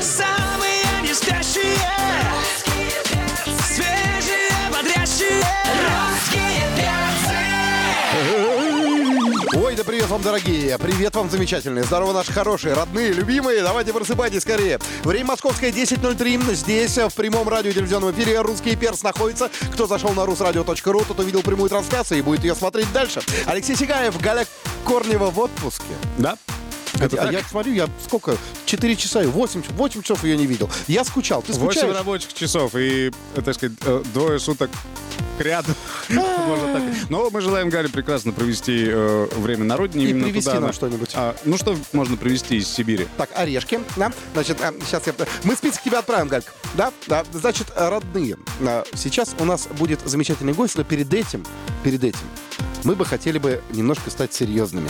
Самые не спящие Свежие, бодрящие Русские перцы Ой, да привет вам, дорогие! Привет вам, замечательные! Здорово, наши хорошие, родные, любимые! Давайте просыпайтесь скорее! Время московское 10.03. Здесь, в прямом радио и телевизионном эфире «Русский перс» находится. Кто зашел на rusradio.ru, тот увидел прямую трансляцию и будет ее смотреть дальше. Алексей Сигаев, Галя Корнева в отпуске. Да? Это а так? я смотрю, я сколько? 4 часа, 8, 8 часов ее не видел. Я скучал. Ты Восемь скучаешь? рабочих часов и, э, так сказать, э, двое суток к ряду. Можно так. Но мы желаем Гале прекрасно провести э, время на родине. И именно привезти туда нам она- что-нибудь. А, Ну, что можно привезти из Сибири? Так, орешки. Да? Значит, сейчас я... Мы список тебе отправим, Галька. Да? Да. Значит, родные. а, Сейчас у нас будет замечательный гость, но перед этим, перед этим, мы бы хотели бы немножко стать серьезными.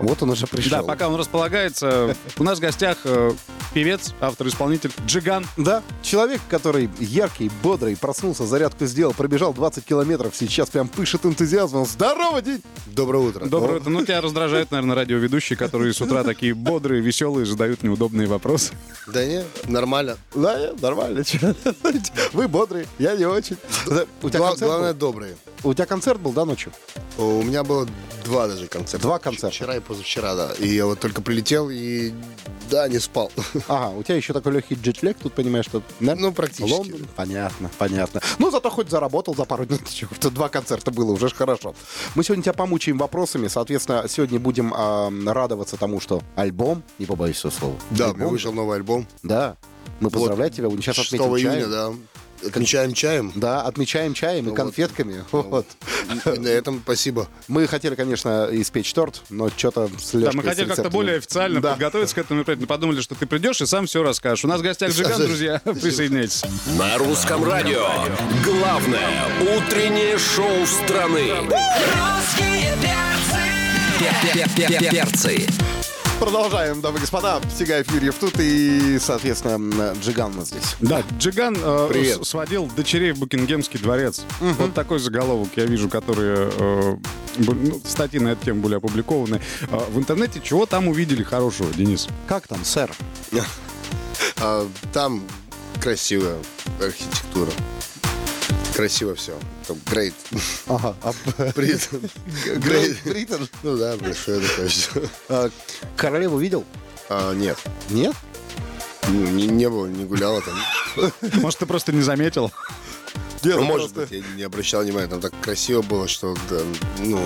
Вот он уже пришел. Да, пока он располагается. У нас в гостях э, певец, автор-исполнитель Джиган. Да, человек, который яркий, бодрый, проснулся, зарядку сделал, пробежал 20 километров, сейчас прям пышет энтузиазмом. Здорово, день! Доброе утро. Доброе утро. Ну, тебя раздражают, наверное, радиоведущие, которые с утра такие бодрые, веселые, задают неудобные вопросы. Да не, нормально. Да, я нормально. чё. Вы бодрые, я не очень. У тебя, Гла- концерт главное, был? добрые. У тебя концерт был, да, ночью? У меня было два даже концерта. Два концерта. Вчера и позавчера, да. И я вот только прилетел и, да, не спал. Ага, у тебя еще такой легкий джетлег, тут понимаешь, что... да? Ну, практически. Лондон. Понятно, понятно. Ну, зато хоть заработал за пару дней. Чего то Два концерта было, уже ж хорошо. Мы сегодня тебя помучаем вопросами. Соответственно, сегодня будем эм, радоваться тому, что альбом, не побоюсь этого слова. Да, у альбом, меня вышел новый альбом. Да. Мы поздравляем тебя. вот Сейчас 6 отметим июня, чаем. да. Отмечаем чаем. Да, отмечаем чаем и вот. конфетками. Вот. И на этом спасибо. Мы хотели, конечно, испечь торт, но что-то с Да, Лёшкой, мы с хотели как-то рецептами. более официально Да. подготовиться к этому мероприятию. Подумали, что ты придешь и сам все расскажешь. У нас в гостях Джиган, друзья. Присоединяйтесь. На русском радио. Главное утреннее шоу страны. Русские перцы Перцы. Продолжаем, дамы и господа. Сигаев Юрьев тут и, соответственно, Джиган у нас здесь. Да, Джиган э, Привет. с- сводил дочерей в Букингемский дворец. Вот такой заголовок я вижу, которые э, бу- ну, статьи на эту тему были опубликованы. Э, в интернете чего там увидели хорошего, Денис? Как там, сэр? А, там красивая архитектура. Красиво все. Там great. Ага. а, Привет. Грейт Great. Бриттен. Ну да, большое такое все. А, Королеву видел? Нет, Нет? Ну, не не было, не гуляла там. Может, ты просто не заметил? Ну, может быть, я не обращал внимания, там так красиво было, что, да, ну,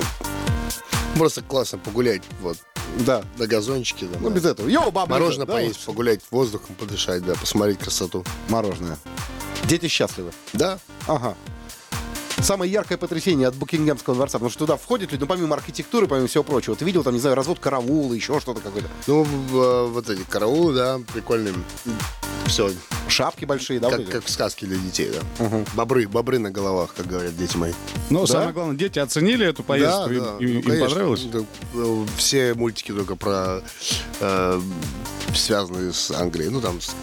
просто классно погулять, вот, Да. на газончике, да, Ну, да. без этого. Йоу, баба! Мороженое Да, поесть, погулять воздухом, подышать, да, посмотреть красоту. вот. Мороженое. Дети счастливы. Да, Ага. Самое яркое потрясение от Букингемского дворца, потому что туда входит люди, ну, помимо архитектуры, помимо всего прочего, ты видел там, не знаю, развод караула, еще что-то какое-то. ну, в- э, вот эти караулы, да, прикольные. Все, Шапки большие, да? А вот как, эти? как в сказке для детей, да. Бобры, бобры на головах, как говорят дети мои. Но Ну, самое главное, дети оценили эту поездку, им- да, им, ну, им конечно. понравилось? Да, э, все мультики только про э, связанные с Англией. Ну там с-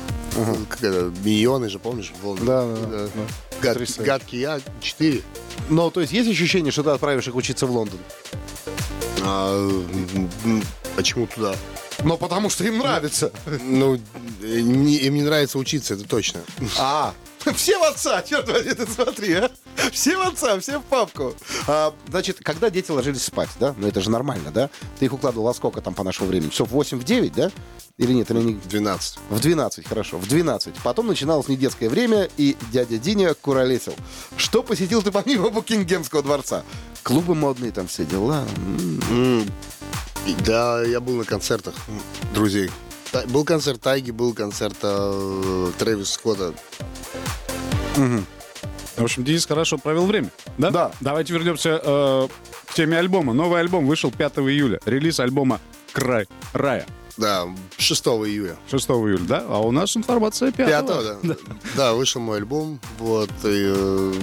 как это, миньоны же, помнишь? Волны? Да, да, да. Гад- Потрясающе. гадкий я 4. Ну, то есть есть ощущение, что ты отправишь их учиться в Лондон? А, почему туда? Ну, потому что им нравится. Ну, э, не- им не нравится учиться, это точно. А, все в отца, черт возьми, ты смотри, а. Все в отца, все в папку. А, значит, когда дети ложились спать, да? Ну, это же нормально, да? Ты их укладывал во сколько там по нашему времени? Часов 8 в 9, да? Или нет, или не... 12. В 12, хорошо, в 12. Потом начиналось недетское время, и дядя Диня куролесил. Что посетил ты помимо Букингемского дворца? Клубы модные, там все дела. М. И Да, я был на концертах друзей. Та- Был концерт Тайги, был концерт э, Трэвиса Скотта. В общем, Денис хорошо провел время, да? Да. Давайте вернемся э, к теме альбома. Новый альбом вышел 5 июля. Релиз альбома «Край рая» Да, 6 июля. 6 июля, да? А у нас информация 5. Пятого, да. Да, вышел мой альбом. Вот. и, э,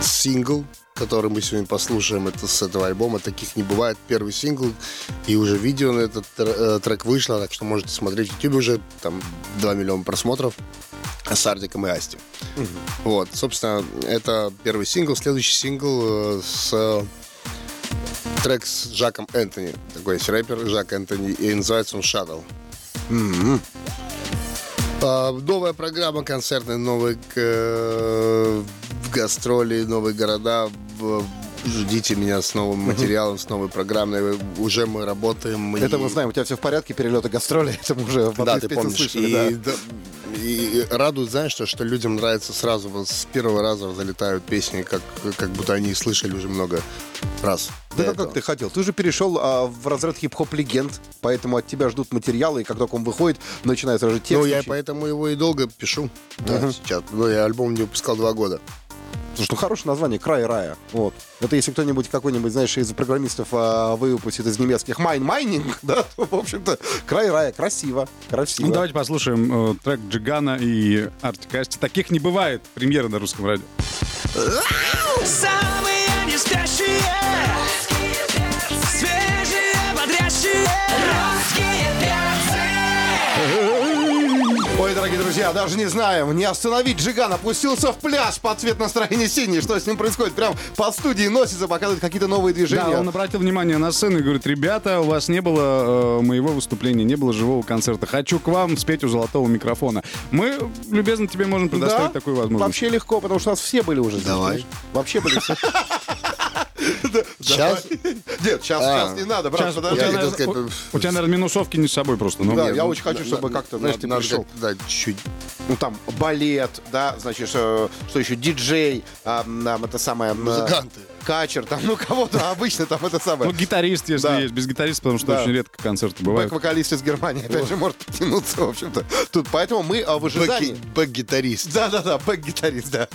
сингл, который мы сегодня послушаем, это с этого альбома. Таких не бывает. Первый сингл. И уже видео на этот тр- э, трек вышло, так что можете смотреть в YouTube уже. Там 2 миллиона просмотров с Артиком и Асти. Вот, собственно, это первый сингл. Следующий сингл э, с э, трек с Жаком Энтони. Такой есть рэпер Жак Энтони. И называется он Shadow. А, Новая программа концертная, новые э, гастроли, новые города. В- Ждите меня с новым материалом, с новой программой. Уже мы работаем. Это и- мы знаем, у тебя все в порядке, перелеты гастроли, это мы уже в Да, одной ты из песен помнишь. слышали, и, да. да, и радует, знаешь, то, что людям нравится сразу. Вот с первого раза залетают песни, как, как будто они их слышали уже много раз. Э, Да до ну как этого. ты хотел? Ты уже перешел а, в разряд хип-хоп легенд, поэтому от тебя ждут материалы, и как только он выходит, начинают уже тексты. Ну, я и читать. поэтому его и долго пишу. да, сейчас. Ну, я альбом не выпускал два года. Потому что хорошее название «Край рая». Вот. Это если кто-нибудь, какой-нибудь, знаешь, из программистов а, выпустит из немецких «Майн Майнинг», да, то, в общем-то, «Край рая» красиво, красиво. Ну, давайте послушаем э, трек Джигана и Артикасти. Таких не бывает. Премьера на русском радио. Самые не спящие Свежие, бодрящие Русские перцы Ой, дорогие друзья, даже не знаем, не остановить Джиган опустился в пляж под цвет настроения синий. Что с ним происходит? Прям по студии носится, показывает какие-то новые движения. Да, он обратил внимание на сцену и говорит, ребята, у вас не было э, моего выступления, не было живого концерта. Хочу к вам спеть у золотого микрофона. Мы, любезно, тебе можем предоставить Да? такую возможность. Вообще легко, потому что у нас все были уже здесь. Давай. понимаешь? Вообще были все. Сейчас? Нет, сейчас, А. сейчас не надо, брат, Сейчас, у, подожди. тебя, Я наверное, хотел сказать, у- э, у тебя, наверное, минусовки не с собой просто. но- Да, Не, я ну, очень хочу, на- чтобы на- как-то, на- знаешь, ты надо пришел. как-то, Да, чуть-чуть. Ну там балет, да, значит, что, что еще диджей, а, нам это самое... м, Музыканты. Качер, там, ну кого-то обычно там это Ну, самое. гитарист, если Да. есть, без гитариста, потому что Да. очень редко концерты бывают. Бэк-вокалист из Германии, опять же, может потянуться, в общем-то. Тут, поэтому мы а, в ожидании. Бэк- Бэк-гитарист. Да-да-да, бэк-гитарист, да.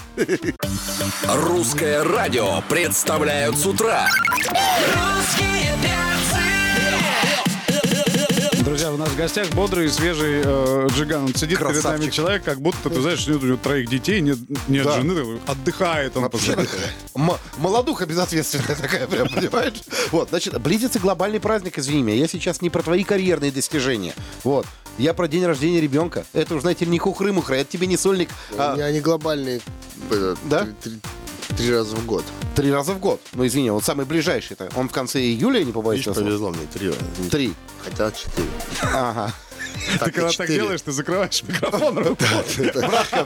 Русское радио представляют с утра. Русские перцы Друзья, у нас в гостях бодрый и свежий э, Джиган. Он сидит перед нами Красавчик. человек, как будто, ты знаешь, нет у него троих детей, нет, нет Да. жены, отдыхает он. Вообще, м- молодуха безответственная такая, прям, понимаешь? Вот, значит, близится глобальный праздник, извини меня. Я сейчас не про твои карьерные достижения. Вот. Я про день рождения ребенка. Это уж, знаете, ли, не хухры-мухры, это тебе не сольник. а, Они, они глобальные. э, Да? три- Три, три раза в год. Три раза в год. Ну, извини, вот самый ближайший-то. Он в конце июля, я не побоюсь. Видишь, этого слова. повезло мне три раза. Три. Хотя четыре. Ага. Ты когда так четыре. делаешь, ты закрываешь микрофон. Братка,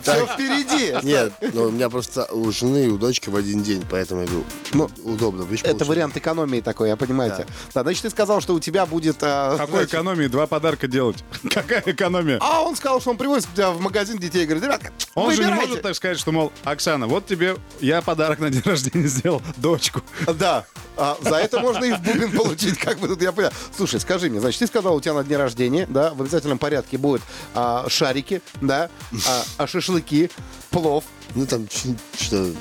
все впереди. Нет, ну у меня просто у жены и у дочки в один день, поэтому я говорю, Ну, удобно. видишь, Это получилось. вариант экономии такой, я понимаю тебя. Да, значит, ты сказал, что у тебя будет... а, Какой значит, экономии? Два подарка делать. Какая экономия? А он сказал, что он привозит тебя в магазин детей и говорит, ребятка, Он же не выбирайте». может так сказать, что, мол, Оксана, вот тебе я подарок на день рождения сделал, дочку. Да. А за это можно и в бубен получить, как бы тут я понял. Слушай, скажи мне, значит, ты сказал, у тебя на дне рождения, да, в обязательном порядке будут а, шарики, да, а, а шашлыки, плов, Ну там ч- что,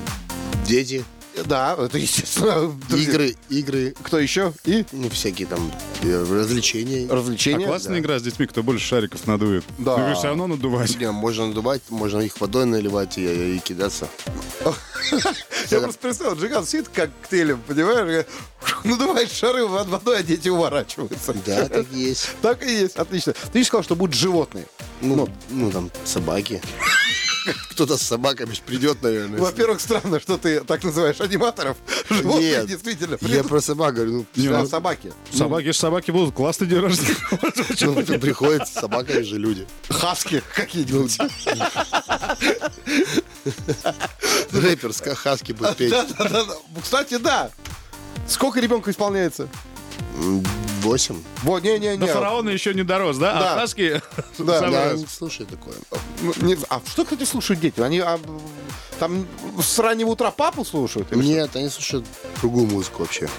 дети, да, это естественно. друзья. игры, игры, Кто еще? И ну всякие там э, развлечения. А развлечения. классная игра с детьми, кто больше шариков надует. Да. Ну, все равно надувать. Не, можно надувать, можно их водой наливать и, и кидаться. Я просто представил, Джиган сидит как коктейлем, понимаешь? Ну давай шары под водой, а дети уворачиваются. Да, так и есть. Так и есть, отлично. Ты же сказал, что будут животные. Ну, ну там собаки. Кто-то с собаками ж придет, наверное. Во-первых, странно, что ты так называешь аниматоров. Животные Нет, действительно. я придут. про собак говорю. Не, А ну, собаки. Собаки, если собаки будут, классный день рождения. Ну, ну, приходят с собаками же люди. Хаски какие-нибудь. Ну, Рэпер с хаски будет петь. Да-да-да. Ну, Кстати, да. Сколько ребенку исполняется? М, Восемь. Вот, До не-не-не. фараона еще не дорос, да? Да. А хаски... Да, самый Я раз. не слушаю такое. Ну, не- А что, кстати, слушают дети? Они а, там с раннего утра папу слушают? или Нет, они слушают другую музыку вообще.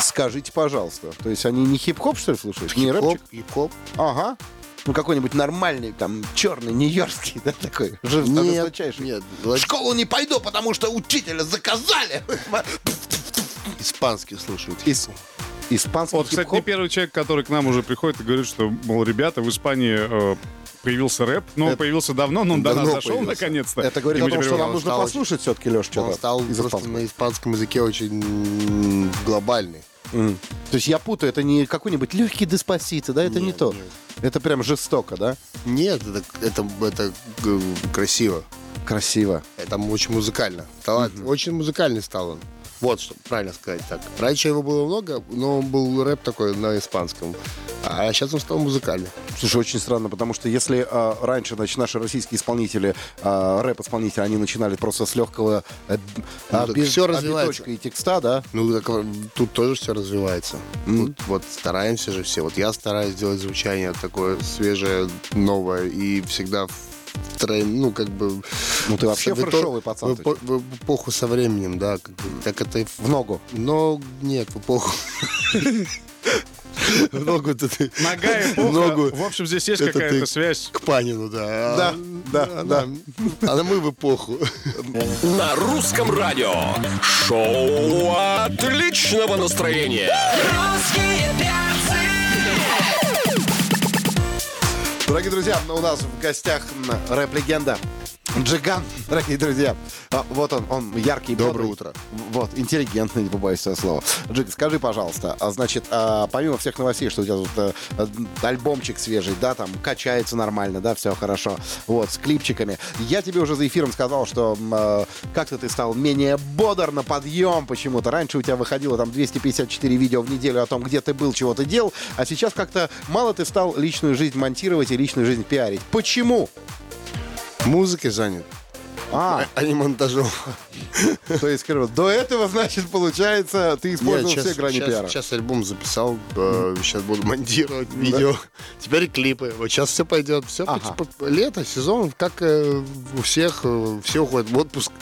Скажите, пожалуйста. То есть они не хип-хоп, что ли, слушают? Не Хип-хоп, рэпчик? А хип-хоп. Ага. Ну, какой-нибудь нормальный, там, черный, нью-йоркский, да, такой. Жив, там, Нет, жесточайший. нет, В вот школу не пойду, потому что учителя заказали. испанский слушают. Ис- Испанский Вот, кстати, не хип-хоп? первый человек, который к нам уже приходит и говорит, что, мол, ребята, в Испании э, появился рэп, но он появился давно, но он до давно нас зашел появился. наконец-то. Это говорит И о мы том, теперь что его- нам нужно стал очень- послушать все-таки, Леш, что-то Он стал из просто испанского. на испанском языке очень м, глобальный. Мгм. То есть я путаю, это не какой-нибудь легкий деспасито, да, это не Нет, то. нет. Это прям жестоко, да? Нет, это, это, это, э, красиво. Красиво. Э, Это очень музыкально. Талант- Очень музыкальный стал он. Вот, что правильно сказать так. Раньше его было много, но он был рэп такой на испанском. А сейчас он стал музыкальным. Слушай, очень странно, потому что если а, раньше, значит, наши российские исполнители, а, рэп-исполнители, они начинали просто с легкого э, а, Ну, так без всё а, развивается. биточка и текста, да? Ну, так, э, тут тоже все развивается. Тут вот стараемся же все. Вот я стараюсь сделать звучание такое свежее, новое и всегда в трен- ну, как бы... Ну, ты вообще в итог- фрешовый пацан, В, ты. эпо- в эпоху со временем, да. как бы. так это и в- В ногу. Но нет, в эпоху. В Ногу-то ты Нога и эпоха. Ногу. В общем, здесь есть Это какая-то ты. связь. к Панину, да. А- Да, да, да. А мы в эпоху. На русском радио. Шоу отличного настроения. Русские перцы! Дорогие друзья, у нас в гостях м, рэп-легенда Джиган, дорогие друзья. А, вот он, он яркий. бодрый. Доброе утро. Вот, интеллигентный, не побоюсь этого слова. Джиг, скажи, пожалуйста, а, значит, а, помимо всех новостей, что у тебя тут э, э, альбомчик свежий, да, там, качается нормально, да, все хорошо, вот, с клипчиками. Я тебе уже за эфиром сказал, что м, э, как-то ты стал менее бодр на подъем почему-то. Раньше у тебя выходило там 254 видео в неделю о том, где ты был, чего ты делал, а сейчас как-то мало ты стал личную жизнь монтировать и личную жизнь пиарить. Почему? Музыкой занят, А, а не монтажом. то есть, скажу, до этого, значит, получается, ты использовал все грани пиара. Сейчас альбом записал, э, сейчас буду монтировать видео. Теперь клипы. Вот сейчас все пойдет. Все Ага. типа лето, сезон, как э, у всех, э, все уходят в отпуск.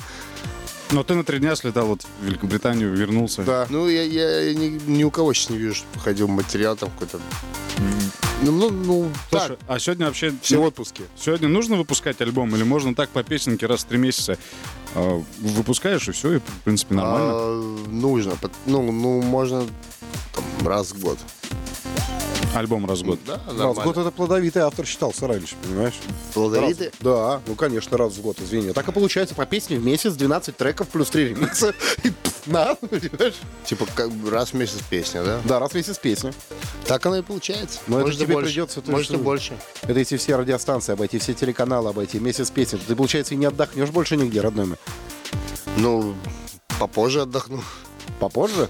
Но ты на три дня слетал вот в Великобританию, вернулся. Да. Ну, я, я ни, ни у кого сейчас не вижу, что походил материал там какой-то. Ну, ну, ну, Слушай, так, а сегодня вообще... все в ну, отпуске. Сегодня нужно выпускать альбом или можно так по песенке раз в три месяца э, выпускаешь и все, и в принципе нормально. А, нужно. пот- Ну, ну, можно там, раз в год. Альбом раз в год. Да, Раз в год это плодовитый автор считался раньше, понимаешь? Плодовитый? Раз- да, ну конечно, раз в год, извини. Так и получается по песне в месяц 12 треков плюс 3 ремикса. И пф, на, понимаешь? Типа как бы раз в месяц песня, да? Да, раз в месяц песня. Так оно и получается. Но это Может, и тебе больше. придется, ты Может, и что? больше. Это если все радиостанции обойти, все телеканалы обойти, месяц песен. Ты, получается, и не отдохнешь больше нигде, родной мой. Ну, попозже отдохну. Попозже?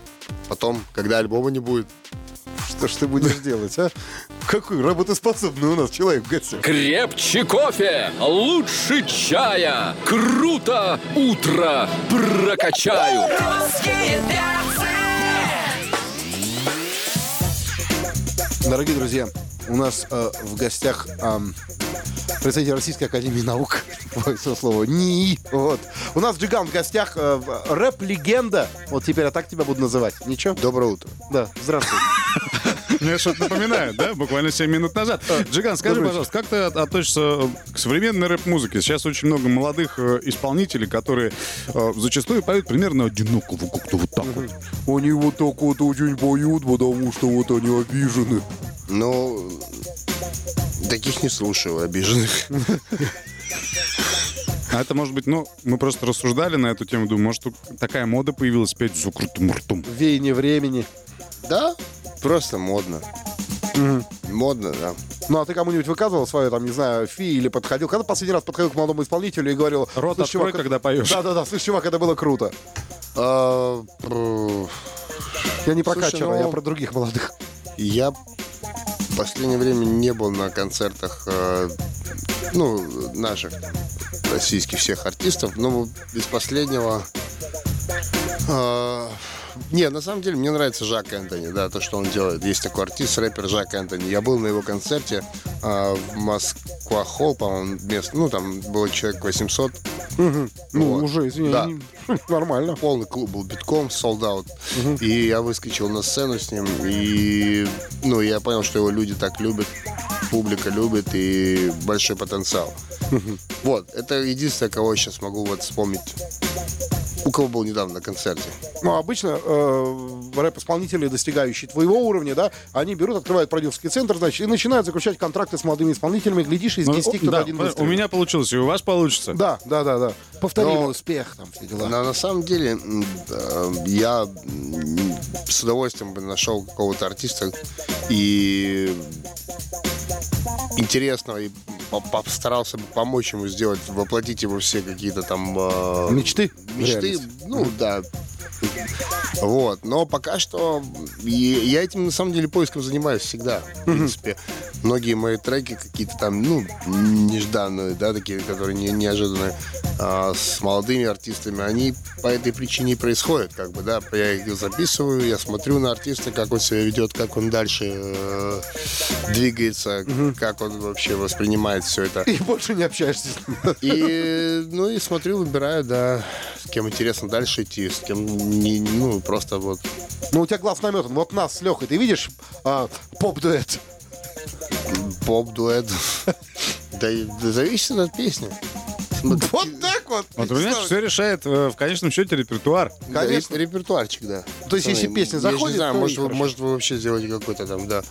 Потом, когда альбома не будет. Что ж ты будешь делать, а? Какой работоспособный у нас человек в гостях. Крепче кофе, лучше чая. Круто утро прокачаю. Русские перцы! Дорогие друзья, у нас э, в гостях ам, представитель Российской Академии Наук, Ой, со слово НИИ, вот. У нас Джиган в гостях, э, в- рэп-легенда, вот теперь я так тебя буду называть, ничего? Доброе утро. Да, здравствуй. Мне что-то напоминает, да? Буквально 7 минут назад. А, Джиган, скажи, Добрый пожалуйста, как ты от- относишься э, к современной рэп-музыке? Сейчас очень много молодых э, исполнителей, которые э, зачастую поют примерно одиноко, вот как-то вот так вот. Они вот так вот очень поют, потому что вот они обижены. Ну, таких не слушаю, обиженных. А это может быть, ну, мы просто рассуждали на эту тему, думаю, может, тут такая мода появилась петь с укрытым ртом. Веяние времени. Да, просто модно. Модно, да. Ну, а ты кому-нибудь выказывал свое, там, не знаю, фи или подходил? Когда последний раз подходил к молодому исполнителю и говорил... Рот «Слышь, открой, чувак, когда поешь». Да-да-да, слышь, чувак, это было круто. А, пр- Я не про Слушай, Качера, ну- я про других молодых. Я в последнее время не был на концертах э, ну, наших российских всех артистов, но из последнего... э, не, на самом деле мне нравится Жак Энтони, да, то, что он делает. Есть такой артист, рэпер Жак Энтони. Я был на его концерте э, в Москва Холл, по-моему, мест, ну, там было человек 800, Ну, Вот. уже, извини, Да. не- нормально. полный клуб был битком, sold out. И я выскочил на сцену с ним, и ну, я понял, что его люди так любят, публика любит, и большой потенциал. Вот, это единственное, кого я сейчас могу вот вспомнить. У кого был недавно на концерте. Ну, обычно э, рэп-исполнители, достигающие твоего уровня, да, они берут, открывают продюсерский центр, значит, и начинают заключать контракты с молодыми исполнителями. Глядишь, из Ну, 10 о, кто-то да, один по- у выстрелит. меня получилось, и у вас получится. Да, да, да, да. Повторим Но- успех, там все дела. Но на самом деле м, э, я м, с удовольствием бы нашел какого-то артиста и интересного и по- постарался бы помочь ему сделать, воплотить его все какие-то там э, Мечты? мечты, Реальность. ну да, Вот. Но пока что и- я этим, на самом деле, поиском занимаюсь всегда. В принципе, многие мои треки какие-то там, ну, нежданные, да, такие, которые не, неожиданные, а, с молодыми артистами, они по этой причине и происходят, как бы, да. Я их записываю, я смотрю на артиста, как он себя ведет, как он дальше э, двигается, как он вообще воспринимает все это. И больше не общаешься с ним. И, ну, и смотрю, выбираю, да, с кем интересно дальше идти, с кем, не, ну, просто вот Ну, у тебя глаз наметан. Вот нас с Лехой, ты видишь а, поп-дуэт? поп-дуэт. Да, и- да зависит от песни. Смотри, Вот так вот. Вот, понимаешь, все Представь. решает э, в конечном счете репертуар. да, конечно. есть репертуарчик, да. То есть, если Пацаны, песня я же заходит, не знаю, то и может, вы, хорошо. может, вы вообще сделаете какой-то там, да,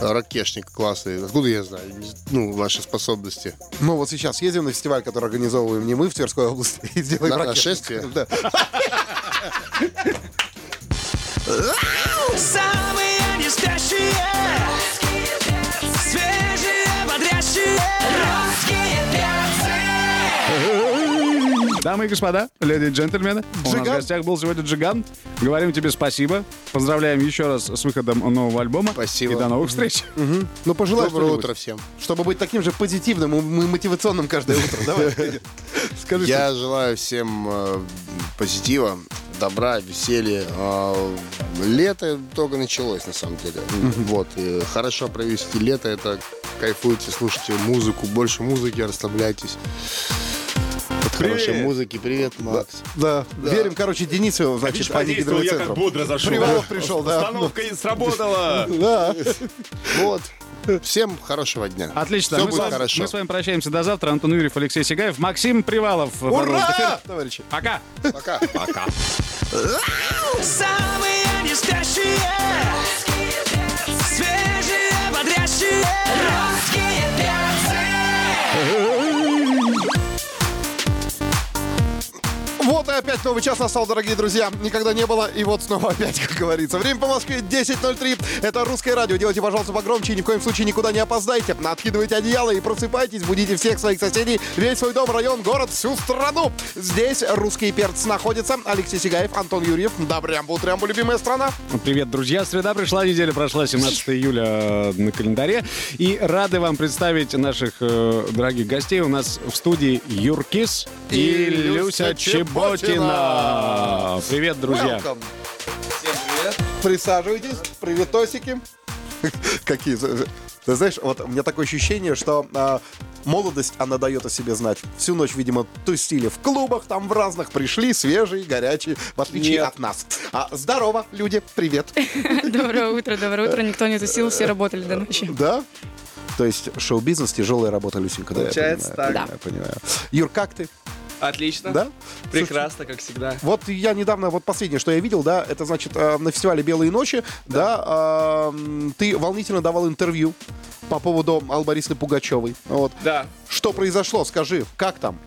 ракешник классный. Откуда я знаю? Не з- Ну, ваши способности. Ну, вот сейчас ездим на фестиваль, который организовываем не мы в Тверской области, и сделаем На- на ракетник. шествие? Да. Самые не спящие Свежие, бодрящие Русские перцы Дамы и господа, леди и джентльмены, у нас в Джиган. гостях был сегодня Джигант. Говорим тебе спасибо. Поздравляем еще раз с выходом нового альбома. Спасибо. И до новых встреч. Ну, пожелай Доброе что-нибудь, утро всем. Чтобы быть таким же позитивным и м- мотивационным каждое утро. Давай. Скажи, Я желаю всем э, позитива, добра, веселья. А, Лето только началось, на самом деле. Вот. и хорошо провести лето. Это кайфуйте, слушайте музыку, больше музыки, расслабляйтесь. От хорошей музыки. Привет, Макс. Да, верим, короче, Денису, значит, по Подействовал я как бодро зашел. Привалов пришел, да. Установка и сработала. Да. Вот. Всем хорошего дня. Отлично. Все мы, с будет вами, хорошо. мы с вами прощаемся до завтра. Антон Юрьев, Алексей Сигаев, Максим Привалов. Ура, товарищи! Пока. Пока. Самые не спящие Свежие, бодрящие Русские перцы Вот и опять новый час настал, дорогие друзья. Никогда не было, и вот снова опять, как говорится. Время по Москве 10.03. Это «Русское радио». Делайте, пожалуйста, погромче и ни в коем случае никуда не опоздайте. Откидывайте одеяло и просыпайтесь. Будите всех своих соседей, весь свой дом, район, город, всю страну. Здесь «Русский перц» находится. Алексей Сигаев, Антон Юрьев. Да, прям будет, прям любимая страна. Привет, друзья. Среда пришла, неделя прошла, 17 июля э, на календаре. И рады вам представить наших э, дорогих гостей. У нас в студии Юркис и, И Люся Люся Чеботина. Чеботина. Привет, друзья. Welcome. Присаживайтесь. Приветосики. Какие? Ты знаешь, вот у меня такое ощущение, что а, молодость, она дает о себе знать. Всю ночь, видимо, тусили в клубах, там в разных пришли, свежие, горячие, в отличие Нет. от нас. А, здорово, люди, привет. Доброе утро, доброе утро. Никто не тусил, все работали до ночи. Да? То есть шоу-бизнес тяжелая работа, Люсенька, да? я Получается понимаю, так. да, Я понимаю. Юр, как ты? Отлично. Да? Прекрасно, как всегда. Вот я недавно, вот последнее, что я видел, да, это значит э, на фестивале Белые ночи, да, э, м, ты волнительно давал интервью по поводу Албарисы Пугачевой. Вот. Да. Что произошло? Скажи, как там?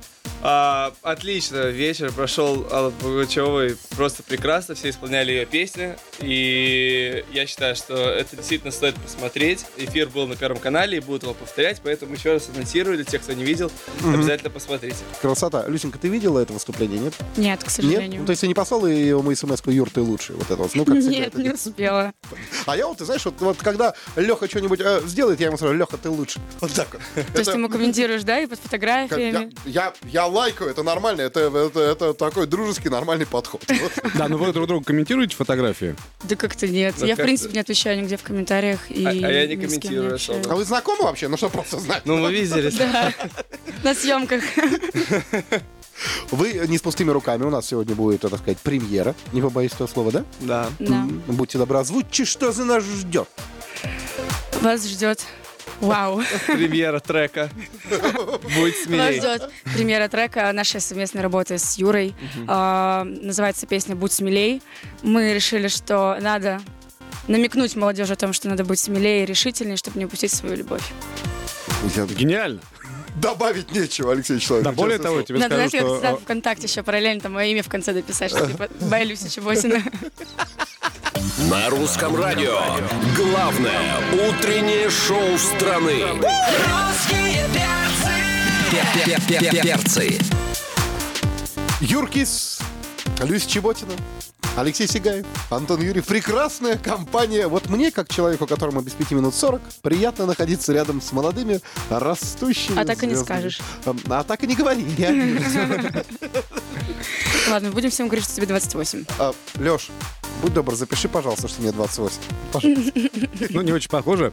А, отлично. Вечер прошел Аллы Пугачевой просто прекрасно. Все исполняли ее песни. И я считаю, что это действительно стоит посмотреть. Эфир был на Первом канале и будут его повторять. Поэтому еще раз анонсирую для тех, кто не видел. Обязательно посмотрите. Красота. Люсенька, ты видела это выступление, нет? Нет, к Нет? сожалению. Ну, То есть я не послал ему смс-ку «Юр, ты лучший». Вот это вот. Ну, как всегда Нет, это не делается. успела. А я вот, ты знаешь, вот, вот когда Леха что-нибудь э, сделает, я ему сразу «Леха, ты лучший». Вот так вот. То есть ты ему комментируешь, да, и под Как- я, фотографиями. я, я лайкаю, это нормально, это, это, это такой дружеский нормальный подход. Вот. Да, ну вы друг другу комментируете фотографии? Да как-то нет. Да Я, в как принципе, не отвечаю нигде в комментариях. и А- а я не ни с кем комментирую общаюсь. А вы знакомы вообще? Ну, что просто знать. Ну, вы видели. Да. На съемках. Вы не с пустыми руками. У нас сегодня будет, так сказать, премьера. Не побоюсь этого слова, да? Да. Да. Будьте добры, озвучьте, что за нас ждет. Вас ждет. Вау. Премьера трека. Будет Вас смелее. ждет премьера трека нашей совместной работы с Юрой. А, Называется песня «Будь смелей». Мы решили, что надо намекнуть молодежи о том, что надо быть смелее и решительнее, чтобы не упустить свою любовь. Гениально. Добавить нечего, Алексей Человек. Да, более того, я тебе Надо, скажу, знаешь, что... как всегда э, ВКонтакте еще параллельно там мое имя в конце дописать, что типа Байлюся Чеботина. На русском радио. Главное утреннее шоу страны. Русские перцы Юркис, Люся Чеботина, Алексей Сигаев, Антон Юрьев. Прекрасная компания. Вот мне, как человеку, которому без пяти минут 40, приятно находиться рядом с молодыми, растущими. А так и не звездами. скажешь. Эм, А так и не говори. Я Ладно, будем всем говорить, что тебе 28. Леш, А, будь добр, запиши, пожалуйста, что мне 28. Пожалуйста. Ну, не очень похоже.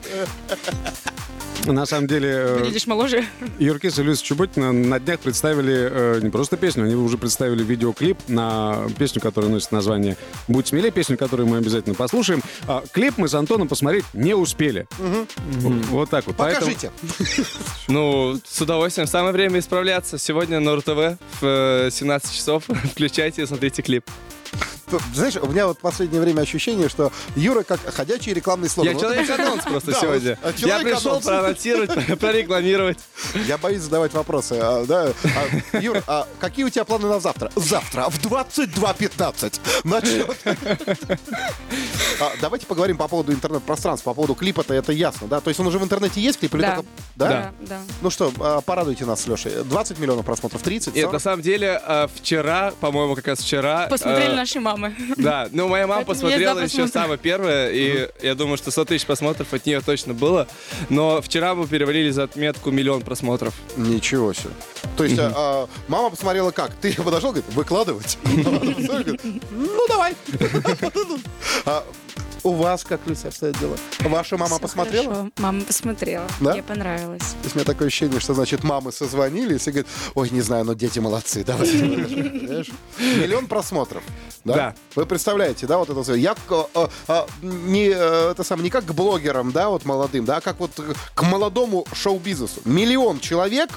На самом деле, э, Выглядишь моложе. Юркис и Люся Чеботина на днях представили э, не просто песню, они уже представили видеоклип на песню, которая носит название «Будь смелее», песню, которую мы обязательно послушаем. А клип мы с Антоном посмотреть не успели. Вот- Вот так вот. Поэтому- Покажите. Ну, с удовольствием. Самое время исправляться. Сегодня на РУ-ТВ в э, 17 часов. Включайте и смотрите клип. Т- Знаешь, у меня вот в последнее время ощущение, что Юра как ходячий рекламный слоган. Я Вот человек-анонс просто Да, сегодня. вот, а, Я человек-анонс. пришел проанонсировать, прорекламировать. Я боюсь задавать вопросы. А, да, а, Юр, а какие у тебя планы на завтра? Завтра в 22.15 начнет. А, давайте поговорим по поводу интернет-пространства, по поводу клипа-то это ясно, да? То есть он уже в интернете есть клип? или Да. только- Да? да. Ну что, а, порадуйте нас с Лешей. 20 миллионов просмотров, 30, Нет, на 40? самом деле, э, вчера, по-моему, как раз вчера... Посмотрели э, наши мамы. Да, ну моя мама Поэтому есть посмотрела два еще просмотра. самое первое, и я думаю, что 100 тысяч просмотров от нее точно было. Но вчера мы перевалили за отметку миллион просмотров. Ничего себе. То есть а, а, мама посмотрела как? Ты подошел, говорит, выкладывать? Говорит, Ну, давай. А У вас как, Люся, обстоят дела? Ваша мама Всё посмотрела? хорошо. Мама посмотрела. Да? Мне понравилось. То есть у меня такое ощущение, что, значит, мамы созвонились и говорят, ой, не знаю, но дети молодцы, давайте. Понимаешь? Миллион просмотров. Да? Да. Вы представляете, да, вот это все. Я к, э, э, не, э, это самое, не как к блогерам, да, вот молодым, да, а как вот к молодому шоу-бизнесу. Миллион человек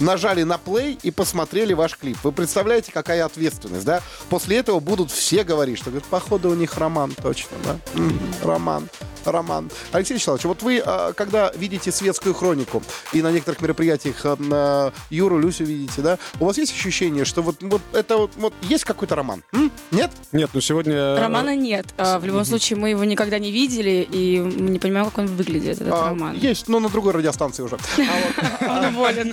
нажали на плей и посмотрели ваш клип. Вы представляете, какая ответственность, да? После этого будут все говорить, что, говорят, походу у них роман точно, да? Мгм, Роман, роман. Алексей Вячеславович, вот вы, э, когда видите светскую хронику и на некоторых мероприятиях э, на Юру, Люсю видите, да, у вас есть ощущение, что вот, вот это вот, вот есть какой-то роман? М? Нет? Нет, ну сегодня... э, Романа нет. А, в любом случае, мы его никогда не видели, и мы не понимаем, как он выглядит, этот А, роман. Есть, но на другой радиостанции уже. Он уволен.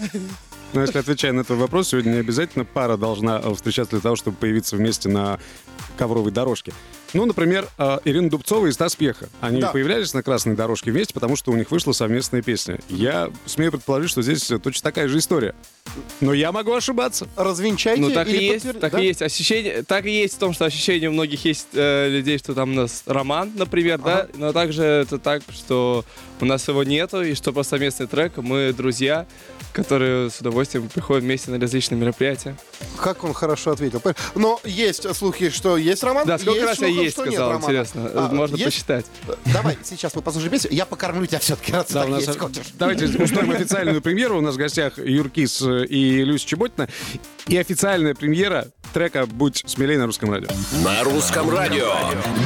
Ну, если отвечая на этот вопрос, сегодня не обязательно пара должна э, встречаться для того, чтобы появиться вместе на ковровой дорожке. Ну, например, э, Ирина Дубцова и Стас Пьеха. Они Да. появлялись на красной дорожке вместе, потому что у них вышла совместная песня. Я смею предположить, что здесь э, точно такая же история. Но я могу ошибаться. Развенчайте Ну так или и есть, подтвер- так да? и есть. Ощущение, так и есть в том, что ощущение у многих есть э, людей, что там у нас роман, например, Ага. да, но также это так, что у нас его нету, и что просто совместный трек, мы друзья, которые с удовольствием приходят вместе на различные мероприятия. Как он хорошо ответил. Понимаешь? Но есть слухи, что есть роман. Да, сколько есть раз я слухов, есть что нет сказал, романа. интересно, А, можно есть? Э, посчитать. Давай, сейчас мы послушаем песню. Я покормлю тебя все-таки, раз ты Да, так у нас- есть хочешь. Давайте устроим официальную премьеру. У нас в гостях Юркис э, и Люся Чеботина. И официальная премьера трека «Будь смелее» на русском радио. На русском радио.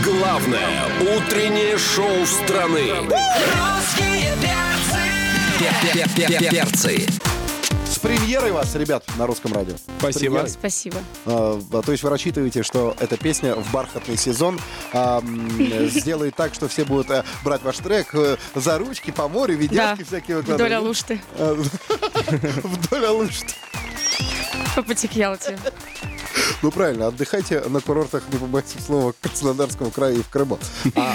Главное утреннее шоу страны. Русские перцы. Перцы. С премьерой вас, ребят, на русском радио. С Спасибо. премьерой. Спасибо. А, да, то есть вы рассчитываете, что эта песня в бархатный сезон а, м, сделает так, что все будут э, брать ваш трек э, за ручки по морю, видяшки Да. всякие выкладывать. Вдоль Алушты. А, Вдоль Алушты. По пути к Ялте. Ну правильно, отдыхайте на курортах, не побойтесь слова, Краснодарского края и в Крыму. А,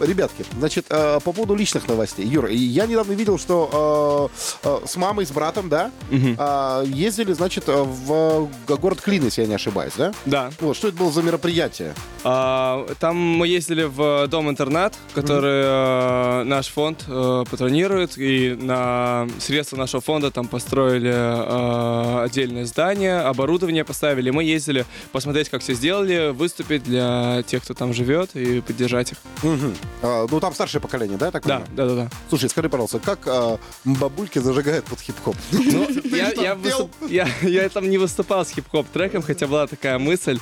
ребятки, значит, э, по поводу личных новостей. Юра, и я недавно видел, что э, э, с мамой, с братом, да, э, ездили, значит, э, в г- город Клин, если я не ошибаюсь, да? Да. Вот, что это было за мероприятие? А, Там мы ездили в э, дом-интернат, который э, наш фонд э, патронирует, и на средства нашего фонда там построили э, отдельное здание, оборудование поставили. Мы ездили посмотреть, как все сделали, выступить для тех, кто там живет, и поддержать их. Мгм. А, ну, там старшее поколение, да, я так Да, понимаю? да, да, да. Слушай, скажи, пожалуйста, как э, бабульки зажигают под хип-хоп? Ну, я, что, я пел? выступ- я- я там не выступал с хип-хоп треком, хотя была такая мысль.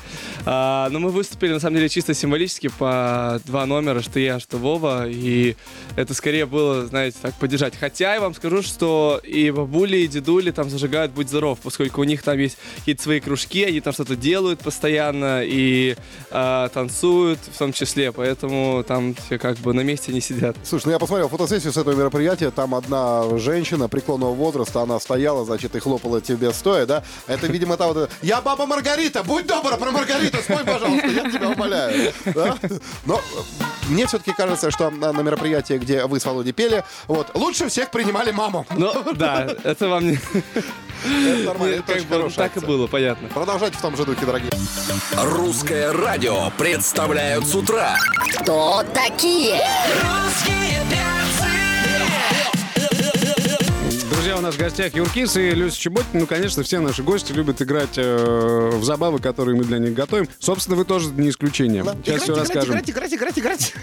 А, но мы выступили на самом деле чисто символически по два номера, что я, что Вова. И это скорее было, знаете, так поддержать. Хотя я вам скажу, что и бабули, и дедули там зажигают будь здоров, поскольку у них там есть какие-то свои кружки, они там что-то что-то делают постоянно и а, танцуют в том числе, поэтому там все как бы на месте не сидят. Слушай, ну я посмотрел фотосессию с этого мероприятия, там одна женщина преклонного возраста, она стояла, значит, и хлопала тебе стоя, да? Это, видимо, та вот... эта, Я баба Маргарита, будь добра про Маргариту, спой, пожалуйста, я тебя умоляю. Да? Но э, мне все-таки кажется, что на, на мероприятии, где вы с Володей пели, вот, лучше всех принимали маму. Ну, да, это вам не... Это нормально, это Как очень бы хорошая так и акция. было, понятно. Продолжайте в том же духе, дорогие. Русское радио представляют с утра. Кто такие? Русские перцы. Друзья, у нас в гостях Юркис и Люся Чеботин. Ну, конечно, все наши гости любят играть э, в забавы, которые мы для них готовим. Собственно, вы тоже не исключение. Сейчас все расскажем. играть, играть, играть, играть.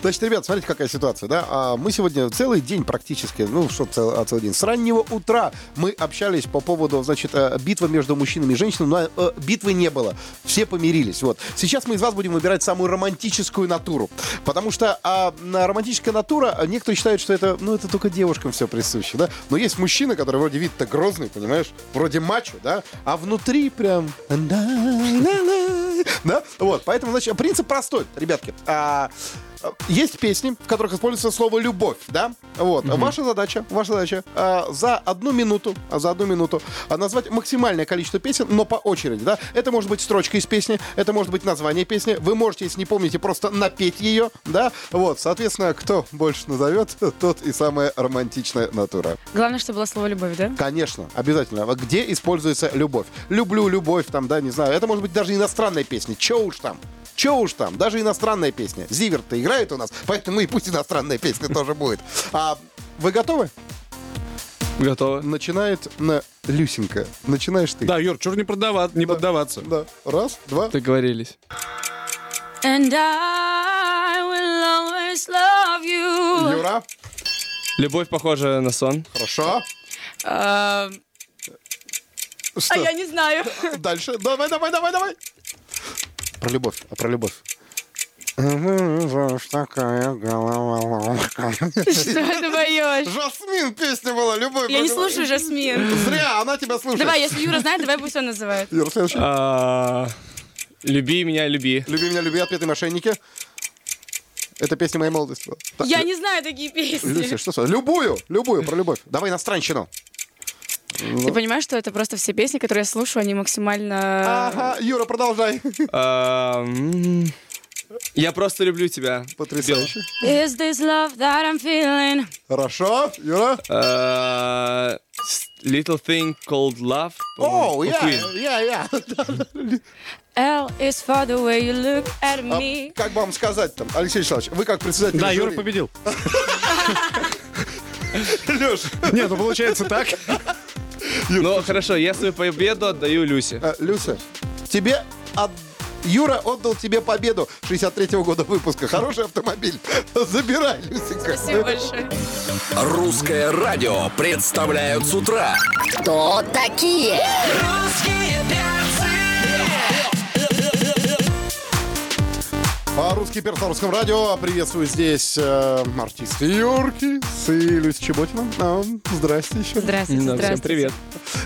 Значит, ребят, смотрите, какая ситуация, да? А мы сегодня целый день практически, ну, что цел- а, целый день, с раннего утра мы общались по поводу, значит, э, битвы между мужчинами и женщинами, но э, битвы не было. Все помирились, вот. Сейчас мы из вас будем выбирать самую романтическую натуру, потому что а, на- романтическая натура, а, некоторые считают, что это, ну, это только девушкам все присуще, да? Но есть мужчины, которые вроде вид-то грозный, понимаешь? Вроде мачо, да? А внутри прям... Да? Вот, поэтому, значит, принцип простой, ребятки. А, а, Есть песни, в которых используется слово «любовь», да? Вот. Ваша задача, ваша задача а, за одну минуту, а, за одну минуту а, назвать максимальное количество песен, но по очереди, да? Это может быть строчка из песни, это может быть название песни. Вы можете, если не помните, просто напеть ее, да? Вот, соответственно, кто больше назовет, тот и самая романтичная натура. Главное, чтобы было слово «любовь», да? Конечно, обязательно. А Где используется любовь? Люблю любовь, там, да, не знаю. Это может быть даже иностранная песня. Че уж там? Че уж там? Даже иностранная песня. Зиверт-то играет у нас, поэтому и пусть иностранная песня тоже будет. А вы готовы? Готово. Начинает на Люсенька. Начинаешь ты. Да, Юр, чур не, продава- не поддаваться. Да. Раз, два. Договорились. And I will always love you. Юра. Любовь похожа на сон. Хорошо. А, Что? а я не знаю. Дальше. Давай, давай, давай, давай. Про любовь. А про любовь. Такая голова. Что ты поешь? Жасмин песня была, любовь. Я не была. слушаю Жасмин. Зря, она тебя слушает. Давай, если Юра знает, давай пусть он называет. Юр, следующий. А, Люби меня, люби. Люби меня, люби, отпетые мошенники. Это песня моей молодости была. Так, Я не знаю такие Люся, песни. что с вами? Любую, любую про любовь. Давай иностранщину. Ты понимаешь, что это просто все песни, которые я слушаю, они максимально... Ага, Юра, продолжай. А, м, Я просто люблю тебя. Потрясающе. Is this love that I'm feeling? Хорошо, Юра. А, с- Little thing called love. по-моему, О, у я, Queen. я, я. L is for the way you look at me. Как вам сказать там, Алексей Вячеславович, вы как председатель Да, Юра жюри. победил. Лёш, Нет, ну получается так. Ну хорошо, я свою победу отдаю Люсе. э, Люся, тебе от... Юра отдал тебе победу 63-го года выпуска. Хороший автомобиль. Забирай, Люсенька. Спасибо большое. Русское радио представляют с утра. Кто такие? Русские перцы. А русский перс на русском радио. Приветствую здесь э, артисты Юрки с Люси Чеботина. А, здрасте еще. Здравствуйте, Да, здравствуйте. Всем привет.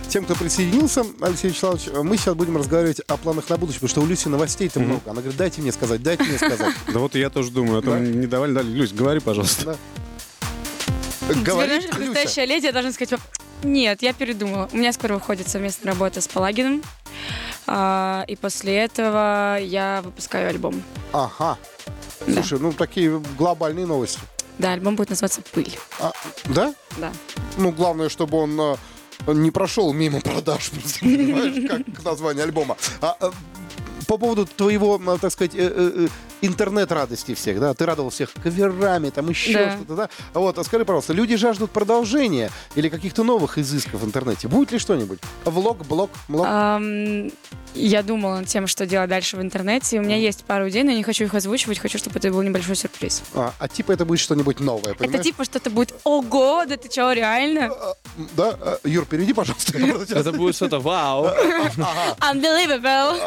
Тем, кто присоединился, Алексей Вячеславович, мы сейчас будем разговаривать о планах на будущее, потому что у Люси новостей-то много. Она говорит, дайте мне сказать, дайте мне сказать. Да вот и я тоже думаю, а то не давали, дали. Люсь, говори, пожалуйста. Говоришь, Говорит как Люся. настоящая леди, я должна сказать, «Пап, нет, я передумала. У меня скоро выходит совместная работа с Палагиным. А, и после этого я выпускаю альбом. Ага. Слушай, ну такие глобальные новости. Да, альбом будет называться «Пыль». А, да? Да. Ну, главное, чтобы он э, не прошел мимо продаж, просто, понимаешь, как название альбома. А, э, по поводу твоего, э, так сказать, э, э, э, интернет-радости всех, да, ты радовал всех каверами, там еще Да. что-то, да? А Вот, а скажи, пожалуйста, люди жаждут продолжения или каких-то новых изысков в интернете. Будет ли что-нибудь? Влог, блог, блог? А. Ам, я думала над тем, что делать дальше в интернете. И у меня есть пару идей, но я не хочу их озвучивать. Хочу, чтобы это был небольшой сюрприз. А, а типа это будет что-нибудь новое, понимаешь? Это типа что-то будет «Ого, да ты чего, реально?» М, Да? Э, Юр, перейди, пожалуйста. Это будет что-то вау, А. Unbelievable!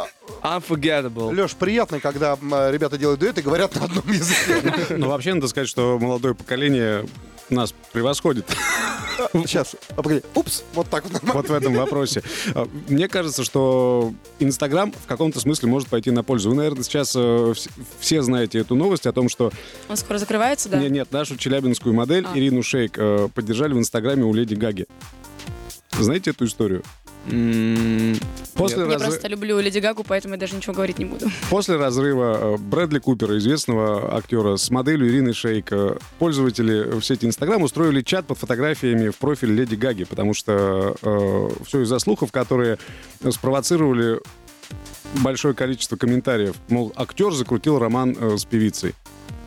unforgettable. Леш, приятно, когда м, ребята делают дуэт и говорят на одном языке. Ну, вообще, надо сказать, что молодое поколение нас превосходит Сейчас, а, погоди. Упс, вот так вот. вот в этом вопросе. А, Мне кажется, что Инстаграм в каком-то смысле может пойти на пользу. Вы, наверное, сейчас э, вс- все знаете эту новость о том, что Он скоро закрывается, да? не- нет, нашу челябинскую модель А. Ирину Шейк э, поддержали в Инстаграме у Леди Гаги. Знаете эту историю? После, Я разры- просто люблю Леди Гагу, поэтому я даже ничего говорить не буду. После разрыва э, Брэдли Купера, известного актера, с моделью Ирины Шейк, э, пользователи в сети Инстаграм устроили чат под фотографиями в профиль Леди Гаги, потому что все из-за слухов, которые спровоцировали большое количество комментариев. Мол, актер закрутил роман э, с певицей.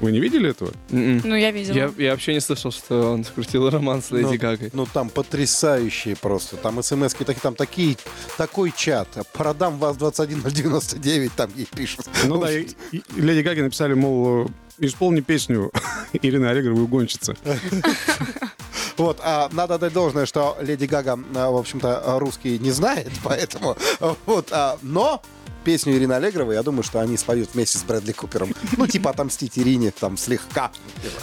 Вы не видели этого? Ну, я видела. Я, я вообще не слышал, что он скрутил роман с Леди Ну, Гагой. Ну, там потрясающие просто. Там смс там такие, такой чат. Продам вас 21099, там ей пишут. Ну да, и- и Леди Гаги написали, мол, э, исполни песню Ирины Аллегровой «Угонщица». Вот, а надо отдать должное, что Леди Гага, а, в общем-то, русский не знает, поэтому а, вот, а, но песню Ирины Аллегровой, я думаю, что они споют вместе с Брэдли Купером. Ну, типа отомстить Ирине там слегка.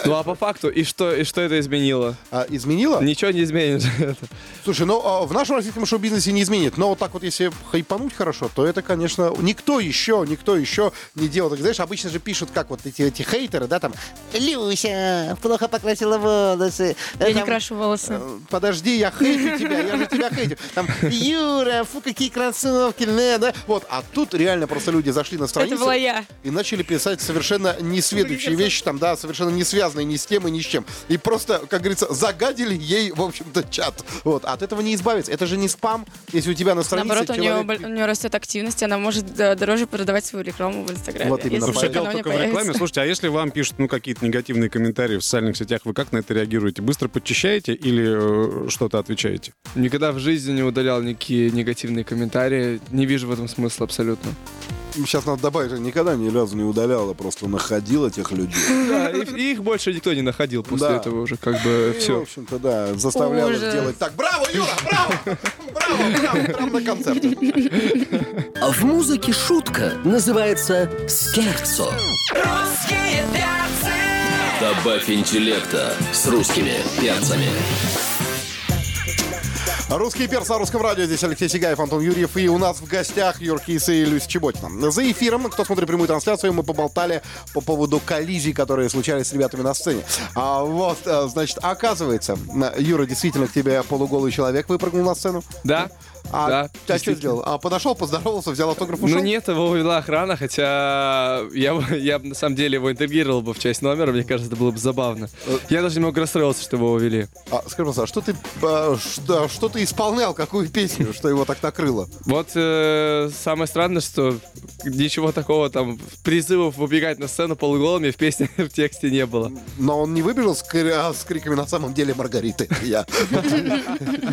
Ну а по факту, и что, и что это изменило? А, изменила? Ничего не изменит это. Слушай, ну а, в нашем российском шоу-бизнесе не изменит, но вот так вот если хайпануть хорошо, то это, конечно, никто еще, никто еще не делал. Так, знаешь, обычно же пишут, как вот эти, эти хейтеры, да, там, Люся, э, плохо покрасила волосы. Я не Там, крашу волосы. Э, Подожди, я хейтю тебя, я же тебя хейтю. Там, Юра, фу, какие кроссовки, не, да. Вот, а тут реально просто люди зашли на страницу Это была я. и начали писать совершенно несведущие вещи, там, да, совершенно не связанные ни с тем и ни с чем. И просто, как говорится, загадили ей, в общем-то, чат. Вот, а от этого не избавиться. Это же не спам, если у тебя на странице Наоборот, у нее, человек- бол- у нее растет активность, она может да, дороже продавать свою рекламу в Инстаграме. Вот именно если поэтому. Все вдруг дело она у меня только в рекламе. появится. Слушайте, а если вам пишут ну, какие-то негативные комментарии в социальных сетях, вы как на это реагируете? Быстро подчищаете или э, что-то отвечаете? Никогда в жизни не удалял никакие негативные комментарии. Не вижу в этом смысла абсолютно. Сейчас надо добавить, что никогда ни разу не удаляла, просто находила тех людей. Да, и, и их больше никто не находил после Да. этого уже, как бы Все. В все. общем-то, да, заставляла их Ужас. делать так. Браво, Юра, браво! Браво, браво, прям на концерте. В музыке шутка называется скерцо. Русские перцы! Добавь интеллекта с русскими перцами. Русский перс на русском радио. Здесь Алексей Сигаев, Антон Юрьев. И у нас в гостях Юрки Кис и Люся Чеботина. За эфиром, кто смотрит прямую трансляцию, мы поболтали по поводу коллизий, которые случались с ребятами на сцене. А вот, э, значит, оказывается, э, Юра, действительно, к тебе полуголый человек выпрыгнул на сцену. Да? А Да, ты что действительно. сделал? А подошел, поздоровался, взял автограф, ушел? Ну нет, его увела охрана, хотя я, бы- я бы на самом деле его интегрировал бы в часть номера, мне кажется, это было бы забавно. Э. Я даже немного расстроился, что его увели. А, скажи, пожалуйста, а что ты, э, что, что ты исполнял, какую песню, что его так накрыло? Вот э, самое странное, что ничего такого там призывов выбегать на сцену полуголыми в песне в тексте не было. Но он не выбежал с, кри- а, с криками «На самом деле, Маргариты, я».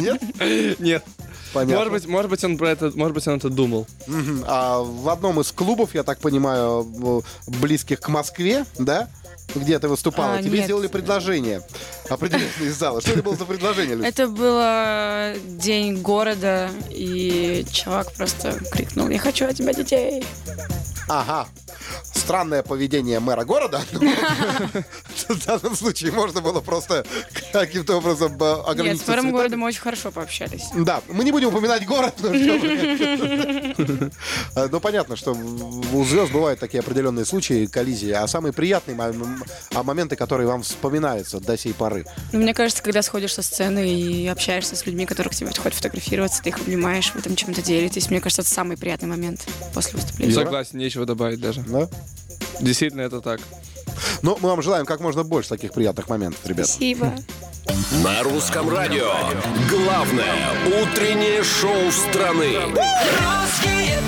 Нет? Нет. Понятно. Может быть, может быть, он про это, может быть, он это думал. Мгм. А в одном из клубов, я так понимаю, в- близких к Москве, да? Где ты выступала? А, Тебе нет. сделали предложение. Определительно из зала. Что это было за предложение, Люся? Это был день города, и чувак просто крикнул, я хочу от тебя детей. Ага. Странное поведение мэра города. но В данном случае можно было просто каким-то образом э, Нет, ограничиться с мэром цветами. города мы очень хорошо пообщались. Да, мы не будем упоминать город, но всё понятно. Э, Ну, понятно, что в- у звезд бывают такие определенные случаи, коллизии. А самые приятные мо- м- а моменты, которые вам вспоминаются до сей поры. Ну, мне кажется, когда сходишь со сцены и общаешься с людьми, которые к тебе хотят фотографироваться, ты их обнимаешь, вы там чем-то делитесь. Мне кажется, это самый приятный момент после выступления. Согласен, нечего добавить даже. Да? Действительно, это так. Но Ну, мы вам желаем как можно больше таких приятных моментов, ребят. Спасибо. На русском радио. Главное утреннее шоу страны. Русские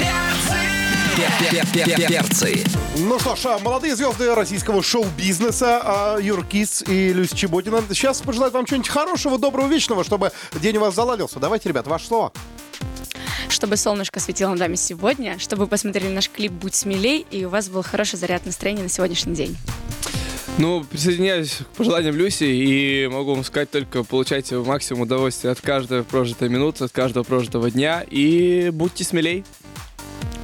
перцы! Перцы. Ну что ж, а, молодые звезды российского шоу-бизнеса а, Юр Кис и Люся Чеботина. Сейчас пожелать вам чего-нибудь хорошего, доброго, вечного, чтобы день у вас заладился. Давайте, ребят, ваше слово. Чтобы солнышко светило над вами сегодня, чтобы вы посмотрели наш клип «Будь смелей», и у вас был хороший заряд настроения на сегодняшний день. Ну, присоединяюсь к пожеланиям Люси и могу вам сказать только получайте максимум удовольствия от каждой прожитой минуты, от каждого прожитого дня и будьте смелей.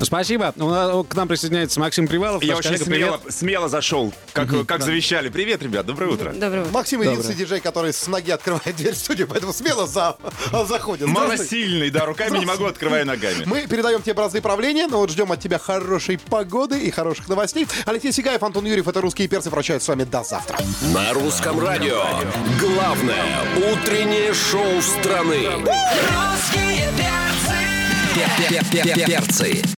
Спасибо. У нас- К нам присоединяется Максим Привалов. Я наш очень коллега. смело, Привет. смело зашел, как, как завещали. Привет, ребят, доброе утро. Доброе утро. Максим единственный диджей, который с ноги открывает дверь в студию, поэтому смело за- заходит. Здравствуй. Малосильный, да, руками не могу, открываю ногами. Мы передаем тебе бразды правления, но вот ждем от тебя хорошей погоды и хороших новостей. Алексей Сигаев, Антон Юрьев, это «Русские перцы» прощаются с вами до завтра. На русском радио. Главное утреннее шоу страны. Русские перцы! Перцы.